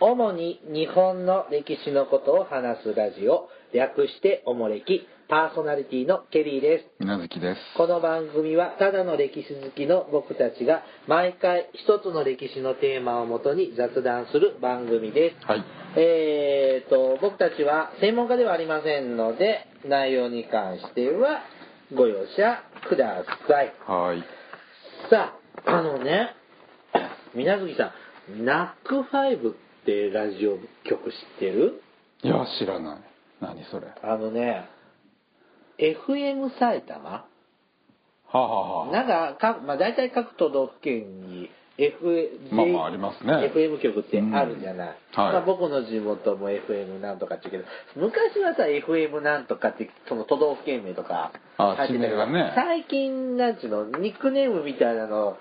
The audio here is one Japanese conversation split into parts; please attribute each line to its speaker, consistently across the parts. Speaker 1: 主に日本の歴史のことを話すラジオ、略しておもれき、パーソナリティのケリーです。
Speaker 2: みなずきです。
Speaker 1: この番組はただの歴史好きの僕たちが毎回一つの歴史のテーマをもとに雑談する番組です。
Speaker 2: はい。
Speaker 1: えーと、僕たちは専門家ではありませんので、内容に関してはご容赦ください。
Speaker 2: はい。
Speaker 1: さあ、あのね、皆月さん、ナックファイブってラジオ局知ってる
Speaker 2: いや、知らない。何それ。は
Speaker 1: あのね、FM 埼玉
Speaker 2: あ、はあはあ、
Speaker 1: なんか、かまあ、大体各都道府県に F
Speaker 2: まあまあありますね
Speaker 1: FM 局ってあるじゃない。
Speaker 2: うんはい
Speaker 1: まあ、僕の地元も FM なんとかって言うけど、昔はさ、FM なんとかって、その都道府県名とか
Speaker 2: あ
Speaker 1: 入ってたけど
Speaker 2: 地名がね
Speaker 1: 最近、なんちゅうの、ニックネームみたいなのを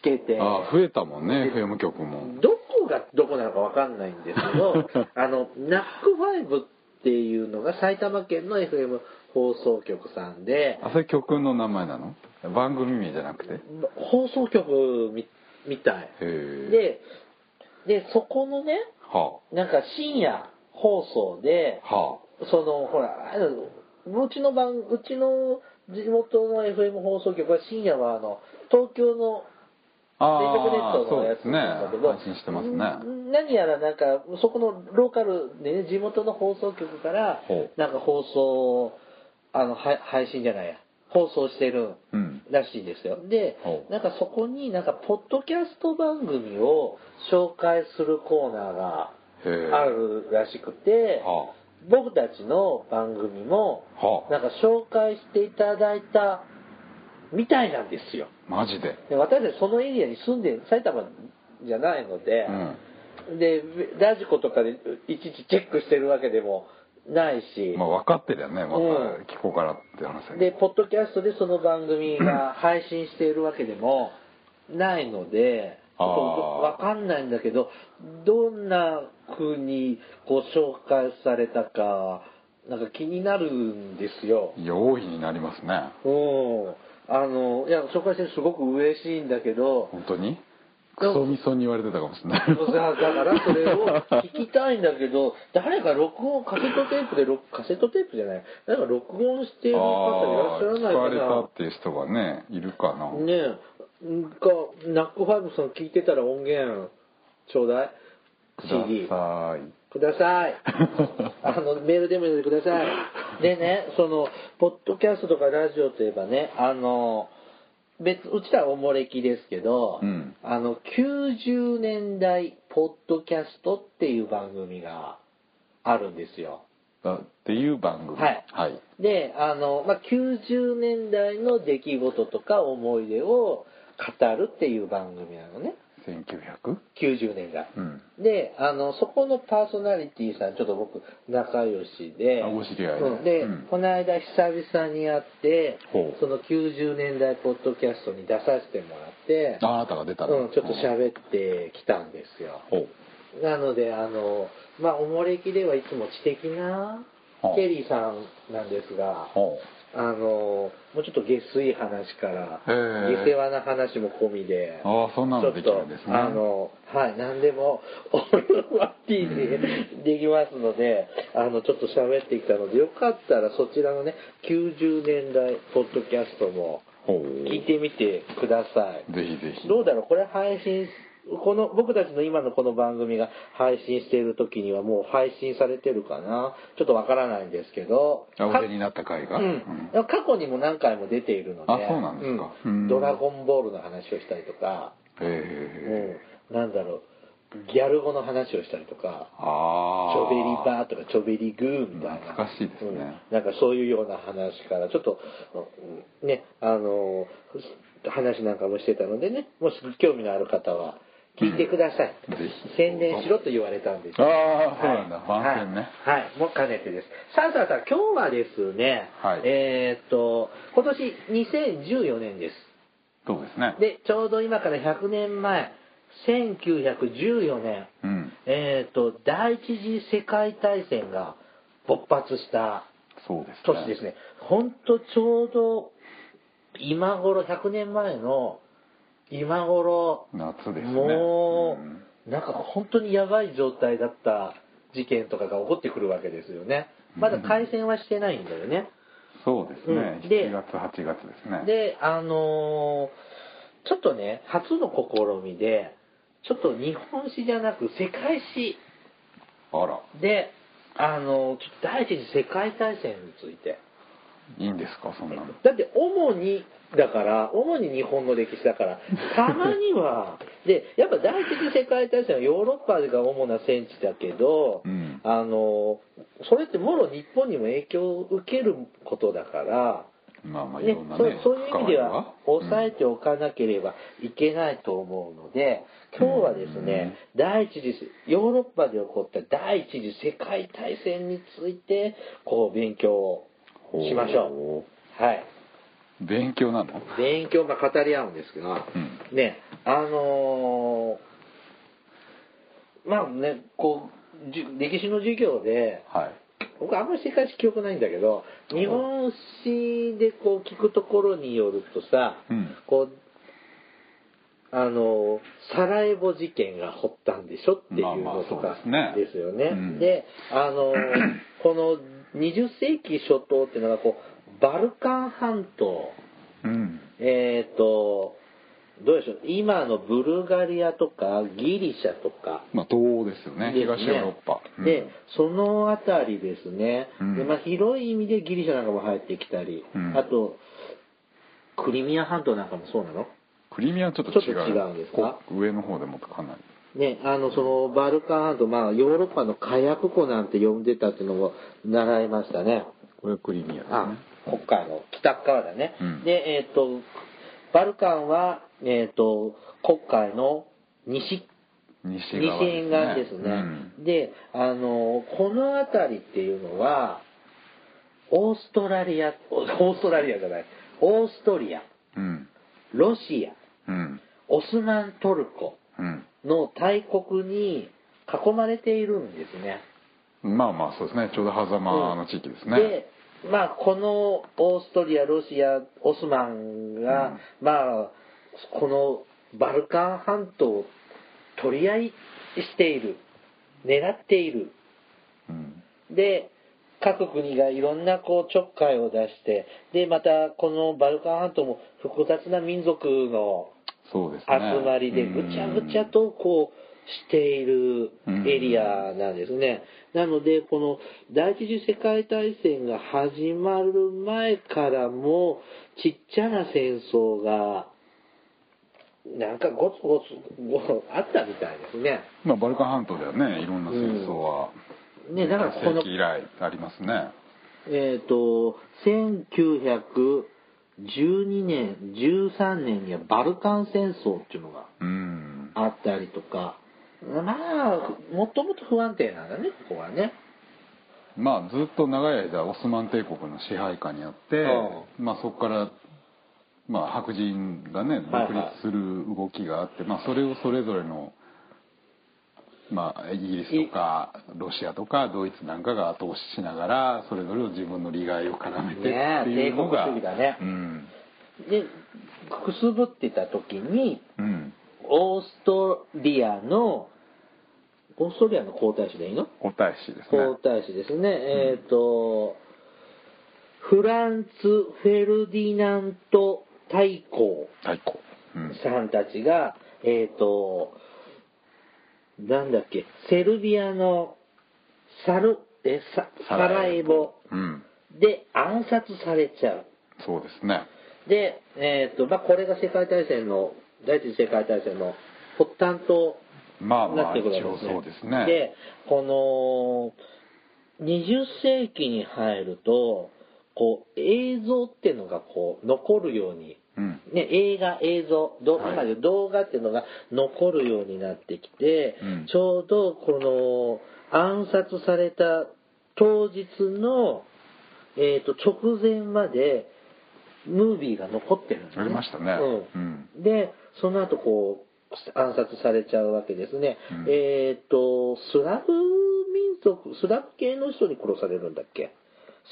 Speaker 1: つけて、
Speaker 2: ああ、増えたもんね、FM 局も。、
Speaker 1: どこがどこなのかわかんないんですけどあの、ナックファイブっていうのが埼玉県の FM 放送局さんで、
Speaker 2: あ、それ曲の名前なの番組名じゃなくてへ
Speaker 1: 放送局みみたい。
Speaker 2: え。、
Speaker 1: で、で、そこのね、
Speaker 2: は
Speaker 1: なんか深夜放送で、
Speaker 2: あ、は
Speaker 1: その、ほら、あのうちの番、うちの地元の FM 放送局は深夜はあの、東京の
Speaker 2: あ。
Speaker 1: 全国ネ
Speaker 2: あ
Speaker 1: ッ
Speaker 2: あ、
Speaker 1: ト
Speaker 2: そ
Speaker 1: の
Speaker 2: う
Speaker 1: や
Speaker 2: で
Speaker 1: つ
Speaker 2: すね。
Speaker 1: なんだけど、
Speaker 2: 配信してますね。
Speaker 1: ん何やらなんか、そこのローカルでね、地元の放送局から
Speaker 2: ほ、う
Speaker 1: なんか放送、あの、は配信じゃないや、放送してる
Speaker 2: うん。
Speaker 1: らしいですよ。で
Speaker 2: ほ、う
Speaker 1: なんかそこになんか、ポッドキャスト番組を紹介するコーナーが
Speaker 2: へえ。
Speaker 1: あるらしくて、
Speaker 2: は
Speaker 1: 僕たちの番組も、
Speaker 2: あ、はあ。
Speaker 1: なんか紹介していただいたみたいなんですよ。
Speaker 2: マジで。
Speaker 1: で私たちそのエリアに住んで埼玉じゃないので
Speaker 2: う、ん。
Speaker 1: でラジコとかでいちいちチェックしてるわけでもないし、
Speaker 2: まあ分かってりゃね、また
Speaker 1: うん
Speaker 2: 聞こうかなって話だけ
Speaker 1: でポッドキャストでその番組が配信しているわけでもないので
Speaker 2: あー
Speaker 1: わかんないんだけどどんな風にご紹介されたかなんか気になるんですよ。
Speaker 2: ど。いや、大いになりますね。
Speaker 1: うんあのいや紹介してすごく嬉しいんだけど、
Speaker 2: 本当にク
Speaker 1: でも
Speaker 2: ソみそに言われてたかもしれない。
Speaker 1: だからそれを聞きたいんだけど誰か録音カセットテープで録カセットテープじゃない誰か録音している
Speaker 2: あ
Speaker 1: 方
Speaker 2: あ
Speaker 1: いらっしゃら
Speaker 2: 聞か
Speaker 1: ない
Speaker 2: れたっ
Speaker 1: か
Speaker 2: ていう人がねいるかな、
Speaker 1: なねえんかナックファイブさん聞いてたら音源ちょうだい
Speaker 2: くだ
Speaker 1: CD
Speaker 2: さい
Speaker 1: くださいあ のメールでも入れてくださ いでねそのポッドキャストとかラジオといえばねあの別うちらはおもれきですけど、
Speaker 2: うん
Speaker 1: あの90年代ポッドキャストっていう番組があるんですよ
Speaker 2: だっていう番組
Speaker 1: はい
Speaker 2: はい、
Speaker 1: であの、まあ、90年代の出来事とか思い出を語るっていう番組なのね
Speaker 2: 1900?
Speaker 1: 90年代
Speaker 2: うん
Speaker 1: であのそこのパーソナリティさんちょっと僕仲良しで
Speaker 2: あご知り合いで
Speaker 1: うんで、
Speaker 2: うん
Speaker 1: この間久々に会って
Speaker 2: ほう
Speaker 1: その90年代ポッドキャストに出させてもらって
Speaker 2: あなたが出たの、
Speaker 1: うん、ちょっと喋ってきたんですよ
Speaker 2: ほう
Speaker 1: なのであのまあおもれきではいつも知的な
Speaker 2: ほう
Speaker 1: ケリーさんなんですが
Speaker 2: ほ
Speaker 1: あのもうちょっと下水話から
Speaker 2: へー
Speaker 1: 下世話な話も込みで
Speaker 2: あーそんなのできるんですね
Speaker 1: ちょっとあのはい何でもオールマッティーでできますのであのちょっと喋ってきたのでよかったらそちらのね90年代ポッドキャストも
Speaker 2: うほう
Speaker 1: 聞いてみてください
Speaker 2: ぜひぜひ
Speaker 1: どうだろうこれ配信この僕たちの今のこの番組が配信している時にはもう配信されてるかなちょっとわからないんですけど
Speaker 2: あお
Speaker 1: か
Speaker 2: 出になった回が、
Speaker 1: う
Speaker 2: うん
Speaker 1: ん、過去にも何回も出ているので
Speaker 2: あそうなんですか
Speaker 1: う
Speaker 2: うん
Speaker 1: んドラゴンボールの話をしたりとか、
Speaker 2: へえ
Speaker 1: うんなんだろうギャル語の話をしたりとかチ
Speaker 2: あ
Speaker 1: ョ
Speaker 2: あ
Speaker 1: ベリバーとかチョベリグーみたいな
Speaker 2: 懐かしいですね
Speaker 1: うんなんかそういうような話からちょっとうんねあの話なんかもしてたのでねもし興味のある方は聞いてください、
Speaker 2: うんぜひ
Speaker 1: 宣伝しろと言われたんです
Speaker 2: あ
Speaker 1: よ
Speaker 2: あそうなんだ、番宣ね、
Speaker 1: はい、はいもう兼ねてですさあさあさあ今日はですね、
Speaker 2: はい
Speaker 1: えーっと今年2014年です
Speaker 2: そうですね
Speaker 1: でちょうど今から100年前1914年
Speaker 2: うん
Speaker 1: えー、と第一次世界大戦が勃発した
Speaker 2: そうですね
Speaker 1: 年ですね、本当ちょうど今頃、100年前の今頃、
Speaker 2: 夏ですね
Speaker 1: もう、
Speaker 2: ん
Speaker 1: なんか本当にやばい状態だった事件とかが起こってくるわけですよね。まだ開戦はしてないんだよね。
Speaker 2: そうですね、
Speaker 1: うんで
Speaker 2: 7月8月ですね
Speaker 1: で、あのーちょっとね、初の試みで、ちょっと日本史じゃなく世界史
Speaker 2: あら
Speaker 1: で、あのーちょっと第一次世界大戦について。
Speaker 2: いいんですかそんなの
Speaker 1: だって主にだから主に日本の歴史だからたまにはでやっぱ第一次世界大戦はヨーロッパが主な戦地だけど、
Speaker 2: うん
Speaker 1: あのそれってもろ日本にも影響を受けることだから、
Speaker 2: まあまあい
Speaker 1: ね
Speaker 2: ろんな
Speaker 1: そ
Speaker 2: ね
Speaker 1: うそういう意味では
Speaker 2: 関わ
Speaker 1: 抑
Speaker 2: り
Speaker 1: えておかなければいけないと思うので、今日はですね、第一次ヨーロッパで起こった第一次世界大戦についてこう勉強をしましょう。はい
Speaker 2: うん勉強なの
Speaker 1: 勉強が語り合うんですけど、
Speaker 2: うん
Speaker 1: ねあのーまあねこうじゅ歴史の授業で
Speaker 2: はい
Speaker 1: 僕あんまり世界史記憶ないんだけど日本史でこう聞くところによるとさ、
Speaker 2: うん
Speaker 1: こうあのーサラエボ事件が発端でしょっていうのと
Speaker 2: まあま
Speaker 1: か
Speaker 2: あそうですね
Speaker 1: ですよね。
Speaker 2: うん
Speaker 1: であ のーこの20世紀初頭っていうのがこうバルカン半島
Speaker 2: うん
Speaker 1: えー、と、どうでしょう、今のブルガリアとかギリシャとか、
Speaker 2: まあ東欧ですよね
Speaker 1: ですね
Speaker 2: 東ヨーロッパうん
Speaker 1: で、そのあたりですね、
Speaker 2: うん
Speaker 1: でまあ、広い意味でギリシャなんかも入ってきたり、
Speaker 2: うん
Speaker 1: あと、クリミア半島なんかもそうなの
Speaker 2: クリミアはちょっと違う
Speaker 1: ちょっと違うんですか
Speaker 2: こ上の方でもかなり
Speaker 1: ね、あの、その、バルカン半島、まあ、ヨーロッパの火薬庫なんて呼んでたっていうのも習いましたね。
Speaker 2: これはクリミアですね
Speaker 1: あ、北海の北側だね。
Speaker 2: うん
Speaker 1: で、えっ、と、バルカンは、えっ、と、国海の西
Speaker 2: 西
Speaker 1: 西
Speaker 2: 側です
Speaker 1: 沿岸
Speaker 2: ね
Speaker 1: ですね、であのこの辺りっていうのはオーストラリアオーストラリアじゃないオーストリア
Speaker 2: うん
Speaker 1: ロシア
Speaker 2: うん
Speaker 1: オスマントルコ
Speaker 2: うん
Speaker 1: の大国に囲まれているんですね。
Speaker 2: うんまあまあそうですねちょうど狭間の地域ですね、
Speaker 1: でまあこのオーストリアロシアオスマンが、まあこのバルカン半島を取り合いしている狙っている
Speaker 2: うん
Speaker 1: で各国がいろんなこうちょっかいを出してでまたこのバルカン半島も複雑な民族の
Speaker 2: そうですね
Speaker 1: 集まりでぐちゃぐちゃとこうしているエリアなんですね。なのでこの第一次世界大戦が始まる前からもちっちゃな戦争がなんかゴツゴツゴツあったみたいですね。
Speaker 2: まあ、バルカン半島ではねいろんな戦争は、
Speaker 1: ねだからこ
Speaker 2: 19
Speaker 1: の
Speaker 2: 世紀以来ありますね
Speaker 1: えっ、と、1912年、13年にはバルカン戦争っていうのが
Speaker 2: うん
Speaker 1: あったりとか、まあ、もともと不安定なんだね、ここはね。
Speaker 2: まあずっと長い間オスマン帝国の支配下にあって、
Speaker 1: う
Speaker 2: まあ、そこから、まあ、白人がね
Speaker 1: はい
Speaker 2: 独立する動きがあって、まあ、それをそれぞれの、まあ、イギリスとかロシアとかドイツなんかが後押ししながらそれぞれの自分の利害を絡めてって
Speaker 1: ねえ
Speaker 2: いうのが、
Speaker 1: 帝国主義だね
Speaker 2: うん
Speaker 1: で、くすぶってた時に、
Speaker 2: うん
Speaker 1: オーストリアの、オーストリアの皇太子でいいの
Speaker 2: 皇太子ですね
Speaker 1: 皇太子ですね。えっ、と、フランツ・フェルディナント大公。
Speaker 2: 太鼓、うん
Speaker 1: さんたちが、えっ、と、なんだっけ、セルビアのサル、え、ササラエボ
Speaker 2: うん
Speaker 1: で暗殺されちゃう。
Speaker 2: そうですね
Speaker 1: で、えっ、と、まあ、これが世界大戦の、第一次世界大戦の発端と
Speaker 2: まあま
Speaker 1: なっ
Speaker 2: あ
Speaker 1: て
Speaker 2: 一
Speaker 1: くるわ
Speaker 2: 応
Speaker 1: け
Speaker 2: そうですね
Speaker 1: で、この、20世紀に入ると、こう、映像っていうのがこう、残るように
Speaker 2: うん
Speaker 1: ね、映画、映像、ど
Speaker 2: はい
Speaker 1: 今で動画っていうのが残るようになってきて、
Speaker 2: うん
Speaker 1: ちょうどこの暗殺された当日の、えー、と直前までムービーが残ってるんです
Speaker 2: ありましたね
Speaker 1: うんで、その後こう暗殺されちゃうわけですね。
Speaker 2: うん
Speaker 1: えっ、と、スラブ民族、スラブ系の人に殺されるんだっけ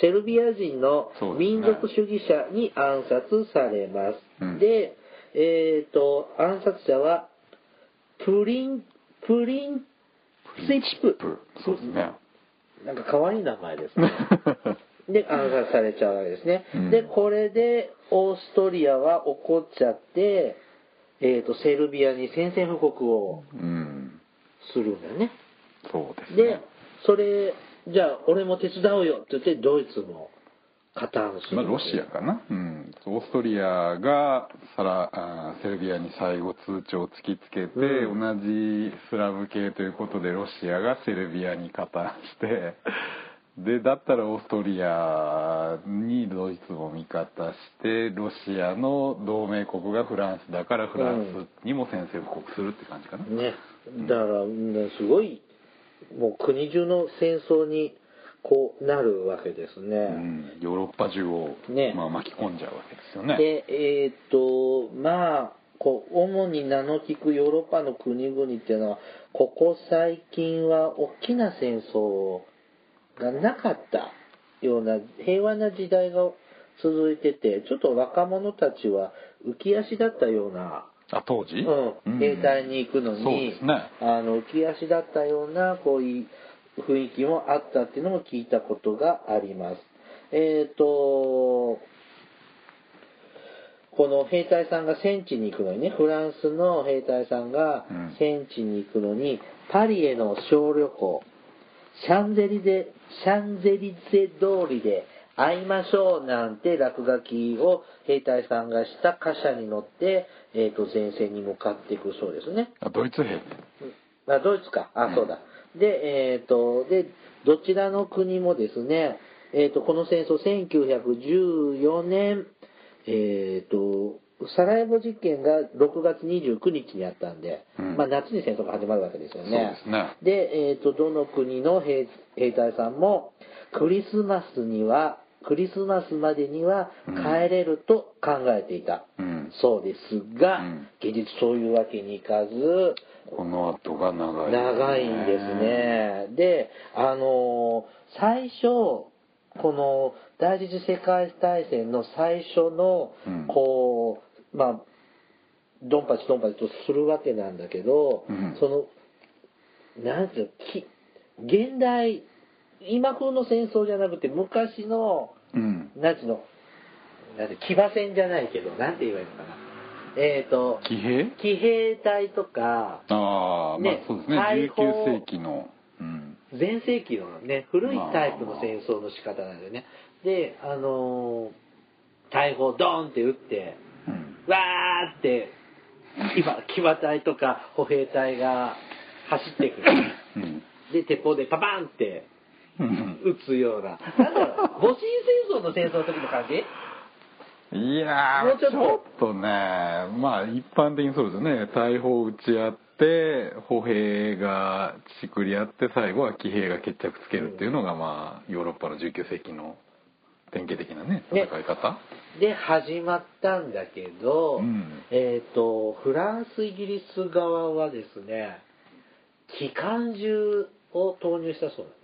Speaker 1: セルビア人の
Speaker 2: そうですね
Speaker 1: 民族主義者に暗殺されます。
Speaker 2: うん
Speaker 1: で、えっ、と、暗殺者はプリン、プリンスイップ
Speaker 2: そうですね
Speaker 1: なんか可愛い名前ですねで暗殺されちゃうわけですね、
Speaker 2: うん
Speaker 1: でこれでオーストリアは怒っちゃって、えー、とセルビアに宣戦布告を
Speaker 2: うん
Speaker 1: するんだよね
Speaker 2: そうです
Speaker 1: で
Speaker 2: ね
Speaker 1: それじゃあ俺も手伝うよって言ってドイツも加担する
Speaker 2: まあロシアかなうんオーストリアがサラあーセルビアに最後通帳を突きつけて、
Speaker 1: う
Speaker 2: 同じスラブ系ということでロシアがセルビアに加担して でだったらオーストリアにドイツも味方してロシアの同盟国がフランスだからフランスにも先制布告するって感じかな、
Speaker 1: ねだから、ねすごいもう国中の戦争にこうなるわけです
Speaker 2: う
Speaker 1: ね、
Speaker 2: んヨーロッパ中を、
Speaker 1: ね
Speaker 2: まあ、巻き込んじゃうわけですよね。
Speaker 1: でえーっとまあこう主に名の利くヨーロッパの国々っていうのはここ最近は大きな戦争がなかったような平和な時代が続いててちょっと若者たちは浮き足だったような
Speaker 2: あ当時、
Speaker 1: うん、兵隊に行くの
Speaker 2: そう
Speaker 1: に、
Speaker 2: ですね。
Speaker 1: あの浮き足だったようなこういう雰囲気もあったっていうのも聞いたことがあります。えっ、とこの兵隊さんが戦地に行くのにねフランスの兵隊さんが
Speaker 2: うん
Speaker 1: 戦地に行くのに、パリへの小旅行シャンゼリゼシャンゼリゼ通りで会いましょうなんて落書きを兵隊さんがした貨車に乗って、えー、と前線に向かっていくそうですね。
Speaker 2: あドイツ兵。
Speaker 1: あドイツか、あ、そうだ。で、えっ、と、で、どちらの国もですね、えっ、と、この戦争、1914年、えっ、と、サラエボ事件が6月29日にあったんで、
Speaker 2: うん
Speaker 1: まあ夏に戦争が始まるわけですよ
Speaker 2: そうですね。
Speaker 1: で、えっ、と、どの国の兵兵隊さんも、クリスマスには、クリスマスまでには帰れると考えていた。
Speaker 2: うん。
Speaker 1: そうですが、
Speaker 2: うん
Speaker 1: 現実そういうわけにいかず、
Speaker 2: この後が長い、
Speaker 1: 長いんです。ね。で、あのー最初、この第二次世界大戦の最初の
Speaker 2: うん、
Speaker 1: こう、まあ、ドンパチドンパチとするわけなんだけど、
Speaker 2: うん
Speaker 1: その、なんていうのき、現代、今風の戦争じゃなくて、昔の、
Speaker 2: うん。
Speaker 1: なんていうの、なんて、騎馬戦じゃないけど、なんて言えばいいのかな。えっ、と、
Speaker 2: 騎兵
Speaker 1: 騎兵隊とか、
Speaker 2: ああ、まあ
Speaker 1: ね
Speaker 2: そうですね。
Speaker 1: 大砲
Speaker 2: 19世紀の。うん。
Speaker 1: 前世紀のね古いタイプの戦争の仕方なんだよねであのー大砲ドーンって撃って
Speaker 2: うん。
Speaker 1: わーって騎馬騎馬隊とか歩兵隊が走って くる
Speaker 2: うん。
Speaker 1: で鉄砲でパパンって
Speaker 2: うん
Speaker 1: 撃つようななんだろう戊辰戦争の戦争の時の感じ
Speaker 2: いやー
Speaker 1: もうちょっと
Speaker 2: ちょっとねまあ一般的にそうですよね大砲撃ち合って歩兵がちくり合って最後は騎兵が決着つけるっていうのが、まあヨーロッパの19世紀の典型的なね
Speaker 1: ね
Speaker 2: 戦い方、
Speaker 1: で始まったんだけど、
Speaker 2: うん
Speaker 1: えっ、とフランスイギリス側はですね機関銃を投入したそうなんで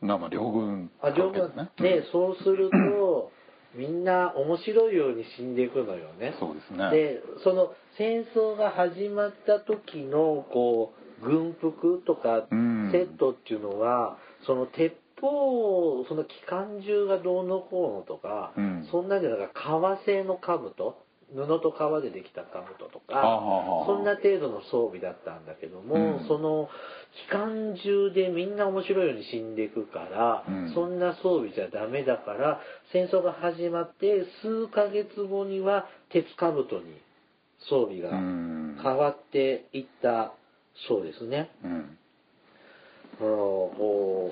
Speaker 1: す
Speaker 2: まあまあ両軍
Speaker 1: あ両軍
Speaker 2: ね
Speaker 1: でそうするとみんな面白いように死んでいくのよね
Speaker 2: そうですね
Speaker 1: でその戦争が始まった時のこう軍服とか
Speaker 2: うん
Speaker 1: セットっていうのは、その鉄砲その機関銃がどうのこうのとか、
Speaker 2: うん
Speaker 1: そんなんじゃなくて革製の兜布と革でできた兜とか
Speaker 2: あはあはあ
Speaker 1: そんな程度の装備だったんだけども、
Speaker 2: うん
Speaker 1: その機関銃でみんな面白いように死んでいくから、
Speaker 2: うん
Speaker 1: そんな装備じゃダメだから戦争が始まって数ヶ月後には鉄兜に装備が
Speaker 2: うん
Speaker 1: 変わっていったそうですね。
Speaker 2: うん
Speaker 1: あのこ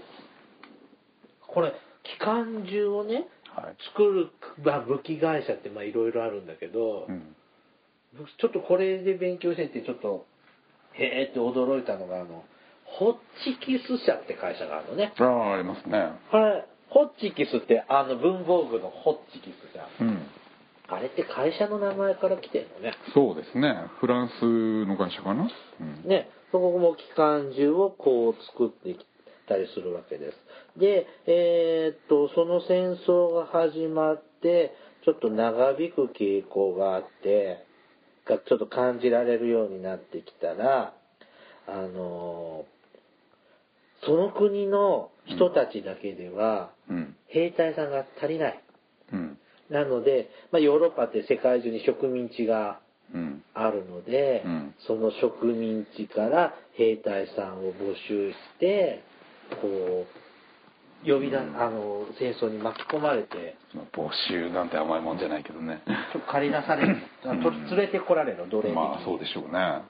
Speaker 1: うこれ機関銃をね
Speaker 2: はい
Speaker 1: 作る、まあ、武器会社ってまあいろいろあるんだけど、
Speaker 2: うん
Speaker 1: 僕ちょっとこれで勉強しててちょっとへえって驚いたのがあのホッチキス社って会社があるのね
Speaker 2: ああありますね
Speaker 1: はいホッチキスってあの文房具のホッチキスじゃん
Speaker 2: うん
Speaker 1: あれって会社の名前から来てんのね
Speaker 2: そうですねフランスの会社かな、うん、
Speaker 1: ねそこも機関銃をこう作ってきたりするわけですでえーっとその戦争が始まってちょっと長引く傾向があってがちょっと感じられるようになってきたらあのその国の人たちだけでは
Speaker 2: うん
Speaker 1: 兵隊さんが足りない。
Speaker 2: うん
Speaker 1: なので、まあ、ヨーロッパって世界中に植民地が
Speaker 2: うん
Speaker 1: あるので、
Speaker 2: うん
Speaker 1: その植民地から兵隊さんを募集してこう呼び出、あの戦争に巻き込まれて
Speaker 2: まあ募集なんて甘いもんじゃないけどね
Speaker 1: ちょ借り出され る、あと
Speaker 2: うん
Speaker 1: 連れてこられるの奴隷的に、
Speaker 2: まあそうでしょうね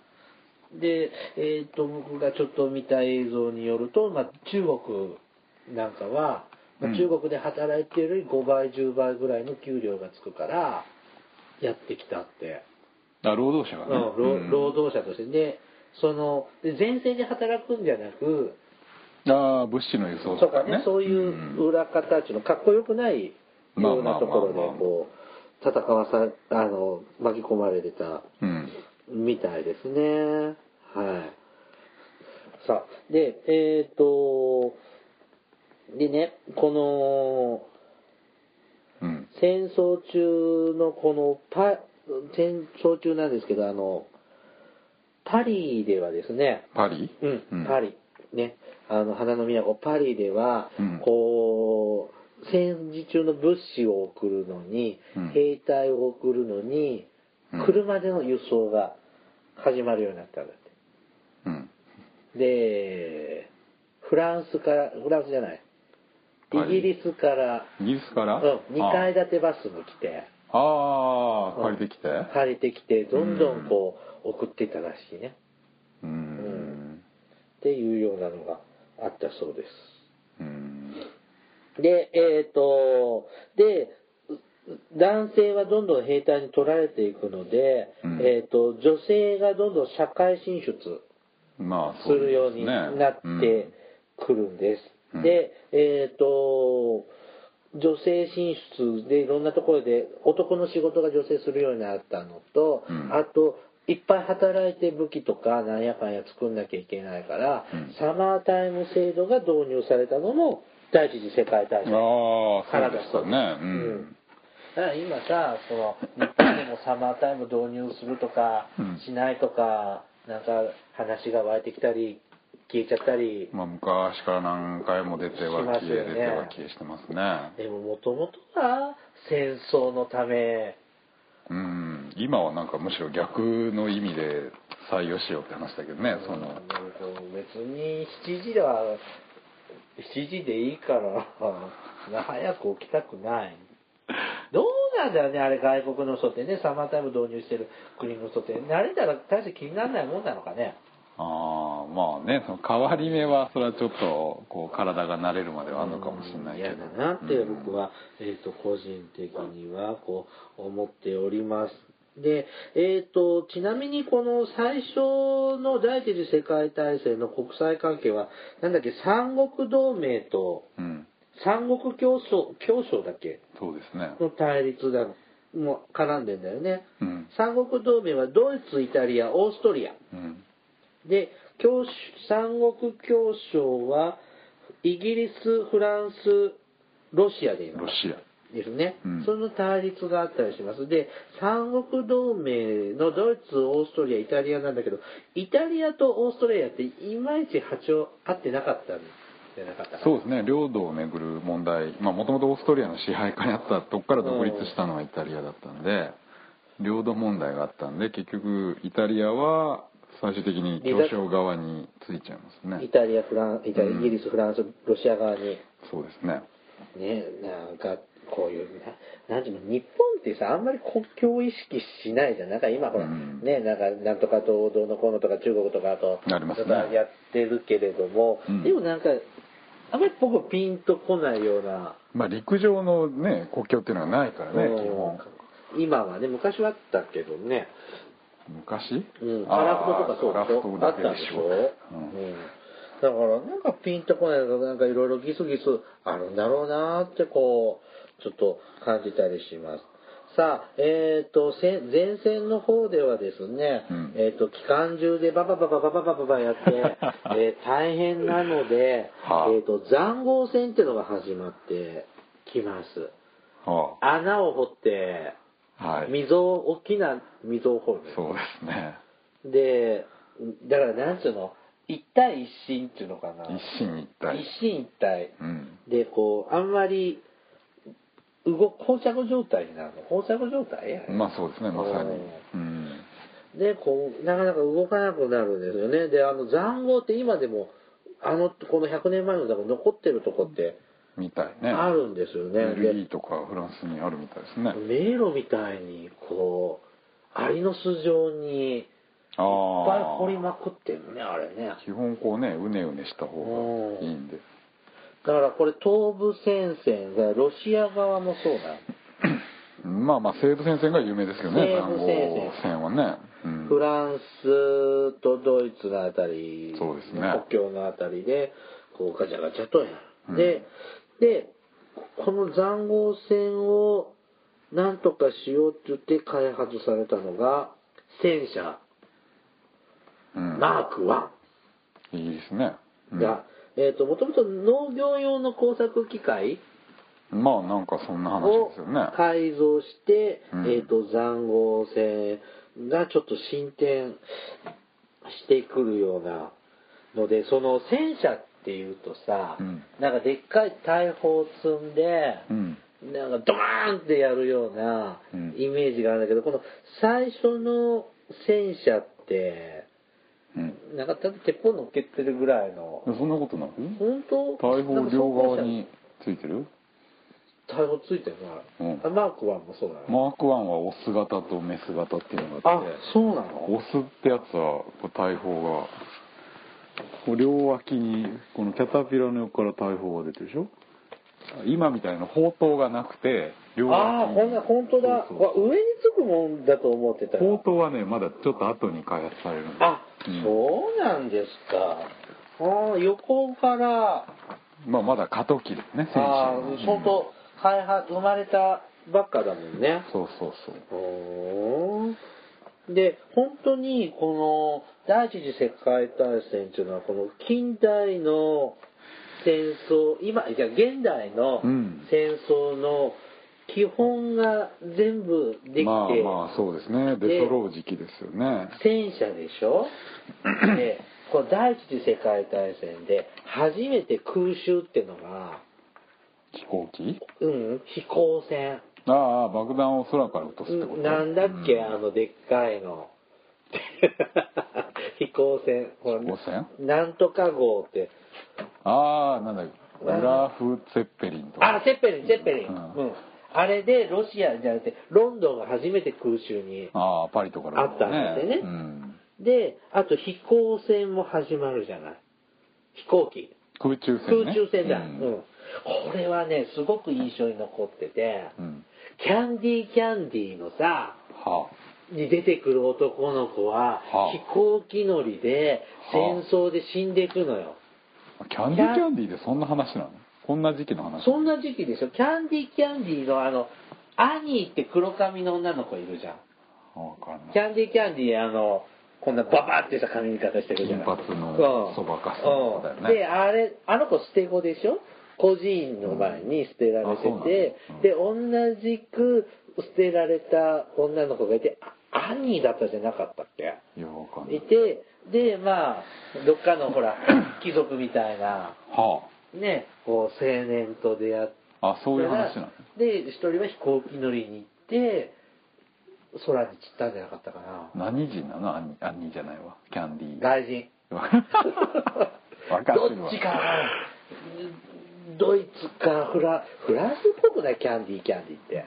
Speaker 1: で、えー、と僕がちょっと見た映像によると、まあ、中国なんかは、まあ
Speaker 2: うん
Speaker 1: 中国で働いているより5倍10倍ぐらいの給料がつくからやってきたって、
Speaker 2: あ労働者
Speaker 1: う
Speaker 2: が
Speaker 1: ん
Speaker 2: ね、
Speaker 1: 労
Speaker 2: うん
Speaker 1: 労働者としてでそので前線で働くんじゃなく
Speaker 2: ああ物資の輸送
Speaker 1: と
Speaker 2: と
Speaker 1: か
Speaker 2: か
Speaker 1: ね
Speaker 2: ね
Speaker 1: そうい
Speaker 2: ん
Speaker 1: う裏方っていうのかっこよくない
Speaker 2: まあ
Speaker 1: ようなところで
Speaker 2: まあまあまあまあ
Speaker 1: こう戦わさあの巻き込まれてた
Speaker 2: うん
Speaker 1: みたいですね。はい。さあ、で、えっ、と、でね、こ
Speaker 2: うん
Speaker 1: の、戦争中のこのパ、戦争中なんですけど、あの、パリではですね、
Speaker 2: パリ
Speaker 1: うん、
Speaker 2: うん
Speaker 1: パリ、ね、あの、花の都、パリでは、
Speaker 2: うん
Speaker 1: こう、戦時中の物資を送るのに、
Speaker 2: うん
Speaker 1: 兵隊を送るのに
Speaker 2: うん、
Speaker 1: 車での輸送が始まるようになったんだって。
Speaker 2: うん
Speaker 1: で、フランスから、フランスじゃない、
Speaker 2: パ
Speaker 1: イギリスから、
Speaker 2: イギリスか
Speaker 1: う
Speaker 2: ら、
Speaker 1: ん、2階建てバスも来て、
Speaker 2: ああ借りてきて
Speaker 1: うん借りてきて、どんどんこう、送ってたらしいね。
Speaker 2: うーん
Speaker 1: っていうようなのがあったそうで
Speaker 2: うーん
Speaker 1: す。で、えっ、と、で、男性はどんどん兵隊に取られていくので、
Speaker 2: うん
Speaker 1: えっ、と、女性がどんどん社会進出
Speaker 2: まあ
Speaker 1: するようになっ
Speaker 2: そう
Speaker 1: て
Speaker 2: で
Speaker 1: くるんです。
Speaker 2: うん
Speaker 1: で、えっ、と、女性進出でいろんなところで男の仕事が女性するようになったのと、
Speaker 2: うん
Speaker 1: あと、いっぱい働いて武器とかなんやかんや作んなきゃいけないから、
Speaker 2: うん
Speaker 1: サマータイム制度が導入されたのも第一次世界大
Speaker 2: す
Speaker 1: 戦
Speaker 2: ねああそ
Speaker 1: から
Speaker 2: う
Speaker 1: だ
Speaker 2: で
Speaker 1: そ
Speaker 2: す
Speaker 1: う
Speaker 2: ね
Speaker 1: です
Speaker 2: う
Speaker 1: うん
Speaker 2: ん
Speaker 1: だから今さその日本でもサマータイム導入するとか
Speaker 2: うん
Speaker 1: しないとか、なんか話が湧いてきたり消えちゃったり、
Speaker 2: まあ、昔から何回も出ては消え、
Speaker 1: しますよね
Speaker 2: 出ては消えしてますね。
Speaker 1: でももともとは戦争のため
Speaker 2: うん、今はなんかむしろ逆の意味で採用しようって話だけどね、その。
Speaker 1: 別に7時では7時でいいから早く起きたくないどうなんだよねあれ外国の人ってねサマータイム導入してる国の人って慣れたら大して気にならないもんなのかね
Speaker 2: ああ、まあね、その変わり目は、それはちょっと、こう、体が慣れるまではあるのかもしれないけ
Speaker 1: 嫌
Speaker 2: ど。
Speaker 1: だなって僕は、えー、と個人的にはこう思っております。で、えー、とちなみにこの最初の第一次世界大戦の国際関係はなんだっけ三国同盟と
Speaker 2: うん。うん、
Speaker 1: 三国競争競争だっけ
Speaker 2: そうですね。
Speaker 1: の対立だも絡んでんだよね。
Speaker 2: うん。
Speaker 1: 三国同盟はドイツ、イタリア、オーストリア。
Speaker 2: うん。
Speaker 1: で、教習三国協商は、イギリス、フランス、ロシアで今
Speaker 2: ロシア。
Speaker 1: ですね、
Speaker 2: うん
Speaker 1: その対立があったりします。で、三国同盟のドイツ、オーストリア、イタリアなんだけど、イタリアとオーストリアっていまいち波長合ってなかったんじゃなかったかな
Speaker 2: そうですね、領土をめぐる問題、まあ、もともとオーストリアの支配下にあったとこから独立したのはイタリアだったんで、領土問題があったんで、結局、イタリアは最終的に協商側についちゃいます
Speaker 1: イ
Speaker 2: ね。
Speaker 1: タリア、フランイタリア
Speaker 2: うん
Speaker 1: イギリス、フランス、ロシア側に。
Speaker 2: そうですね。
Speaker 1: ね、なんかこういうななんていうの日本ってさあんまり国境を意識しないじゃんなんか今ほら、
Speaker 2: うん
Speaker 1: ねなんかなんとかとどうのこうのとか中国とかあと
Speaker 2: なりますね
Speaker 1: とかやってるけれども、
Speaker 2: うん
Speaker 1: でもなんかあんまり僕ピンとこないような、
Speaker 2: まあ、陸上のね、国境っていうのはないからね、基本。
Speaker 1: うん今はね昔はあったけどね
Speaker 2: 昔
Speaker 1: うん、カ
Speaker 2: あー
Speaker 1: ラフトとかそうでし
Speaker 2: 樺
Speaker 1: ょ
Speaker 2: 太
Speaker 1: あ
Speaker 2: だ
Speaker 1: っ
Speaker 2: け
Speaker 1: たでしょ、
Speaker 2: うん
Speaker 1: うんだからなんかピンとこないのなんかいろいろギスギスあるんだろうなーってこうちょっと感じたりしますさあえっ、とせ前線の方ではですね、
Speaker 2: うん
Speaker 1: えっ、と機関銃でバババババババババ やって、えー大変なので、
Speaker 2: はあ
Speaker 1: えっ、と塹壕戦っていうのが始まってきます
Speaker 2: は
Speaker 1: 穴を掘って
Speaker 2: あはい。
Speaker 1: 溝を大きな溝を掘る
Speaker 2: そうですね。
Speaker 1: で、だからなんつうの、一体一心っていうのかな
Speaker 2: 一進一退
Speaker 1: 一心一体
Speaker 2: うん
Speaker 1: でこうあんまり動膠着状態になるの膠着状態、
Speaker 2: まあそうですねまさにうん
Speaker 1: でこうなかなか動かなくなるんですよねであの塹壕って今でもあのこの100年前の塹壕残ってるとこって
Speaker 2: みたいね
Speaker 1: あるんですよね、
Speaker 2: ベ
Speaker 1: で
Speaker 2: ルギーとかフランスにあるみたいですね
Speaker 1: 迷路みたいにこうアリの巣状にいっ
Speaker 2: あ
Speaker 1: ぱい掘り
Speaker 2: あ
Speaker 1: まくってるねあれね
Speaker 2: 基本こうねうねうねした方がいいんで
Speaker 1: だからこれ東部戦線がロシア側もそうなんです
Speaker 2: まあまあ西武戦線が有名ですけどね
Speaker 1: 西
Speaker 2: 塹
Speaker 1: 武戦
Speaker 2: 壕戦はね、うん
Speaker 1: フランスとドイツのあたり、
Speaker 2: そうですね
Speaker 1: 国境のあたりで、こうガチャガチャとやる。
Speaker 2: うん
Speaker 1: で、で、この塹壕戦をなんとかしようって言って開発されたのが、戦車
Speaker 2: うん
Speaker 1: マーク1
Speaker 2: イギリスね、うん
Speaker 1: が、えっ、と、もともと農業用の工作機械
Speaker 2: まあなんかそんな話
Speaker 1: を
Speaker 2: ですよね
Speaker 1: 改造して、
Speaker 2: うん
Speaker 1: えっ、と、塹壕戦がちょっと進展してくるようなので、その戦車っていうとさ、
Speaker 2: うん
Speaker 1: なんかでっかい大砲を積んで、
Speaker 2: うん
Speaker 1: なんかドカーンってやるような
Speaker 2: うん
Speaker 1: イメージがあるんだけど、この最初の戦車って、
Speaker 2: うん
Speaker 1: なんか多分鉄砲乗っけてるぐらいの、
Speaker 2: そんなことない
Speaker 1: 本当
Speaker 2: 大砲両側についてる
Speaker 1: 大砲ついてるな、
Speaker 2: うん
Speaker 1: あマーク1もそうだよ、
Speaker 2: マーク1はオス型とメス型っていうのがあ
Speaker 1: あ
Speaker 2: って
Speaker 1: そうなの
Speaker 2: オスってやつはこう大砲がこう両脇にこのキャタピラの横から大砲が出てるでしょ今みたいな砲塔がなくて両脇
Speaker 1: ああ、ほんな本当だ。
Speaker 2: そう
Speaker 1: わ上につくもんだと思ってたよ。
Speaker 2: 砲塔はねまだちょっと後に開発されるんです
Speaker 1: あ、
Speaker 2: うん
Speaker 1: そうなんですか。ああ、横から、
Speaker 2: まあまだ過渡期ですね戦車
Speaker 1: ああ
Speaker 2: のうん、
Speaker 1: 相当開発、生まれたばっかだもんね。
Speaker 2: そうそうそう
Speaker 1: ほーで、本当に、この、第一次世界大戦っていうのは、この近代の戦争、今、いや、現代の
Speaker 2: うん
Speaker 1: 戦争の基本が全部できて、
Speaker 2: まあまあそうですね出揃う時期ですよね
Speaker 1: 戦車でし ょでこの第一次世界大戦で初めて空襲ってのが、
Speaker 2: 飛行機
Speaker 1: うん、飛行船、
Speaker 2: ああ爆弾を空から落とすってこ
Speaker 1: う
Speaker 2: と
Speaker 1: んなんだっけ、
Speaker 2: うん
Speaker 1: あのでっかいの 飛行船ほら
Speaker 2: 飛行船
Speaker 1: なんとか号って
Speaker 2: ああなんだっけグラフ・ツェッペリンとか
Speaker 1: あセッペリンセッペリン、
Speaker 2: う
Speaker 1: うんんあれでロシアじゃなくてロンドンが初めて空襲に
Speaker 2: ああパリとか
Speaker 1: あったんですよね
Speaker 2: うん、
Speaker 1: であと飛行船も始まるじゃない飛行機
Speaker 2: 空中戦、ね、
Speaker 1: 空中戦だ、
Speaker 2: う
Speaker 1: うん
Speaker 2: ん
Speaker 1: これはねすごく印象に残ってて、
Speaker 2: うん
Speaker 1: キャンディーキャンディーのさ
Speaker 2: は
Speaker 1: に出てくる男の子は、
Speaker 2: はあ
Speaker 1: 飛行機乗りで
Speaker 2: は
Speaker 1: 戦
Speaker 2: あ
Speaker 1: 争で死んでいくのよ、
Speaker 2: あキャンディーキャンディーでそんな話なのこんな時期の話
Speaker 1: そんな時期でしょキャンディーキャンディーのあのアニーって黒髪の女の子いるじゃん
Speaker 2: 分かんない
Speaker 1: キャンディーキャンディーあのこんなババってした髪型してるじゃない
Speaker 2: 金髪の
Speaker 1: うん
Speaker 2: そばかすの子だよね
Speaker 1: うんであれあの子捨て子でしょ孤児院の前に捨てられてて、
Speaker 2: うんあ
Speaker 1: で同じく捨てられた女の子がいてあアニーだったじゃなかったっけ
Speaker 2: いや分かんない
Speaker 1: いてでまあどっかのほ ら貴族みたいな
Speaker 2: は
Speaker 1: ねこう青年と出会って
Speaker 2: ああそういう話なの
Speaker 1: で一人は飛行機乗りに行って空に散ったんじゃなかったかな
Speaker 2: 何人なのアンニじゃないわキャンデ ィー
Speaker 1: 外人
Speaker 2: 分かってる
Speaker 1: ど
Speaker 2: わ
Speaker 1: っちかなドイツかフラフランスっぽくないキャンディーキャンディーって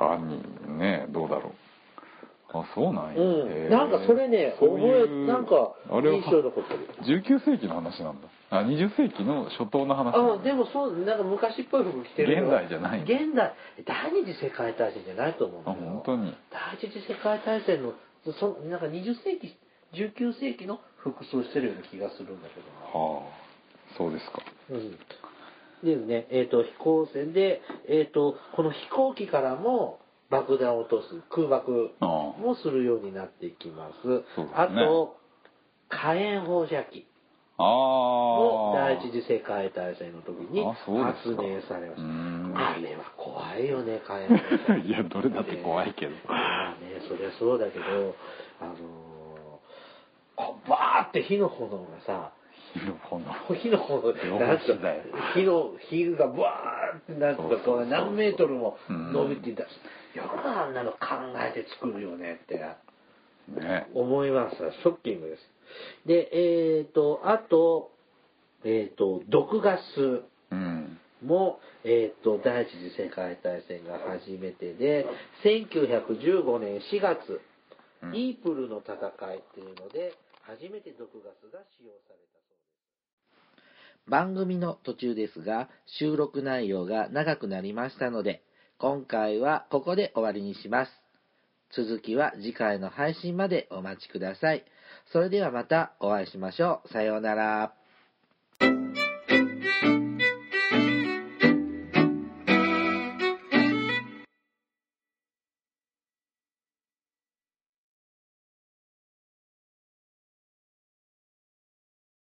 Speaker 2: アンニねどうだろうあそうなんや、
Speaker 1: うん
Speaker 2: へえ
Speaker 1: なんかそれね
Speaker 2: そういう
Speaker 1: 覚えなんか
Speaker 2: あれは
Speaker 1: 印象に残ってる
Speaker 2: 19世紀の話なんだあ20世紀の初頭の話なん
Speaker 1: あ
Speaker 2: だ
Speaker 1: でもそうなんか昔っぽい服着てるよ
Speaker 2: 現代じゃない
Speaker 1: 現代第二次世界大戦じゃないと思うんだ
Speaker 2: あ
Speaker 1: よ
Speaker 2: 本当に
Speaker 1: 第一次世界大戦のそなんか20世紀19世紀の服装してるような気がするんだけどな
Speaker 2: はあそうですか
Speaker 1: うんですね、えー、と飛行船で、えー、とこの飛行機からも爆弾を落とす空爆
Speaker 2: あ
Speaker 1: もするようになっていきます
Speaker 2: そうですね
Speaker 1: あと火炎放射器
Speaker 2: あ
Speaker 1: も
Speaker 2: ああ
Speaker 1: 第一次世界大戦の時に
Speaker 2: あそうです
Speaker 1: 発
Speaker 2: か
Speaker 1: 明されまし
Speaker 2: うーん
Speaker 1: たあれは怖いよね火炎放射器
Speaker 2: いやどれだって怖いけど
Speaker 1: まあねそりゃそうだけどあのーこうバって火の炎がさ
Speaker 2: 火の炎
Speaker 1: 火の炎
Speaker 2: 両方
Speaker 1: なんか
Speaker 2: 火だよ
Speaker 1: 火の火がブワーってなんか
Speaker 2: そうそう
Speaker 1: こ
Speaker 2: そうう
Speaker 1: 何メートルも
Speaker 2: うん
Speaker 1: 伸びていた、よくあんなの考えて作るよねってな
Speaker 2: ね
Speaker 1: 思いますショッキングですでえっ、とあとえっ、と毒ガス
Speaker 2: うん
Speaker 1: も、えー、と第一次世界大戦が初めてで1915年4月、
Speaker 2: うん
Speaker 1: イープルの戦いっていうので初めて毒ガスが使用されたそうです番組の途中ですが収録内容が長くなりましたので今回はここで終わりにします続きは次回の配信までお待ちくださいそれではまたお会いしましょうさようなら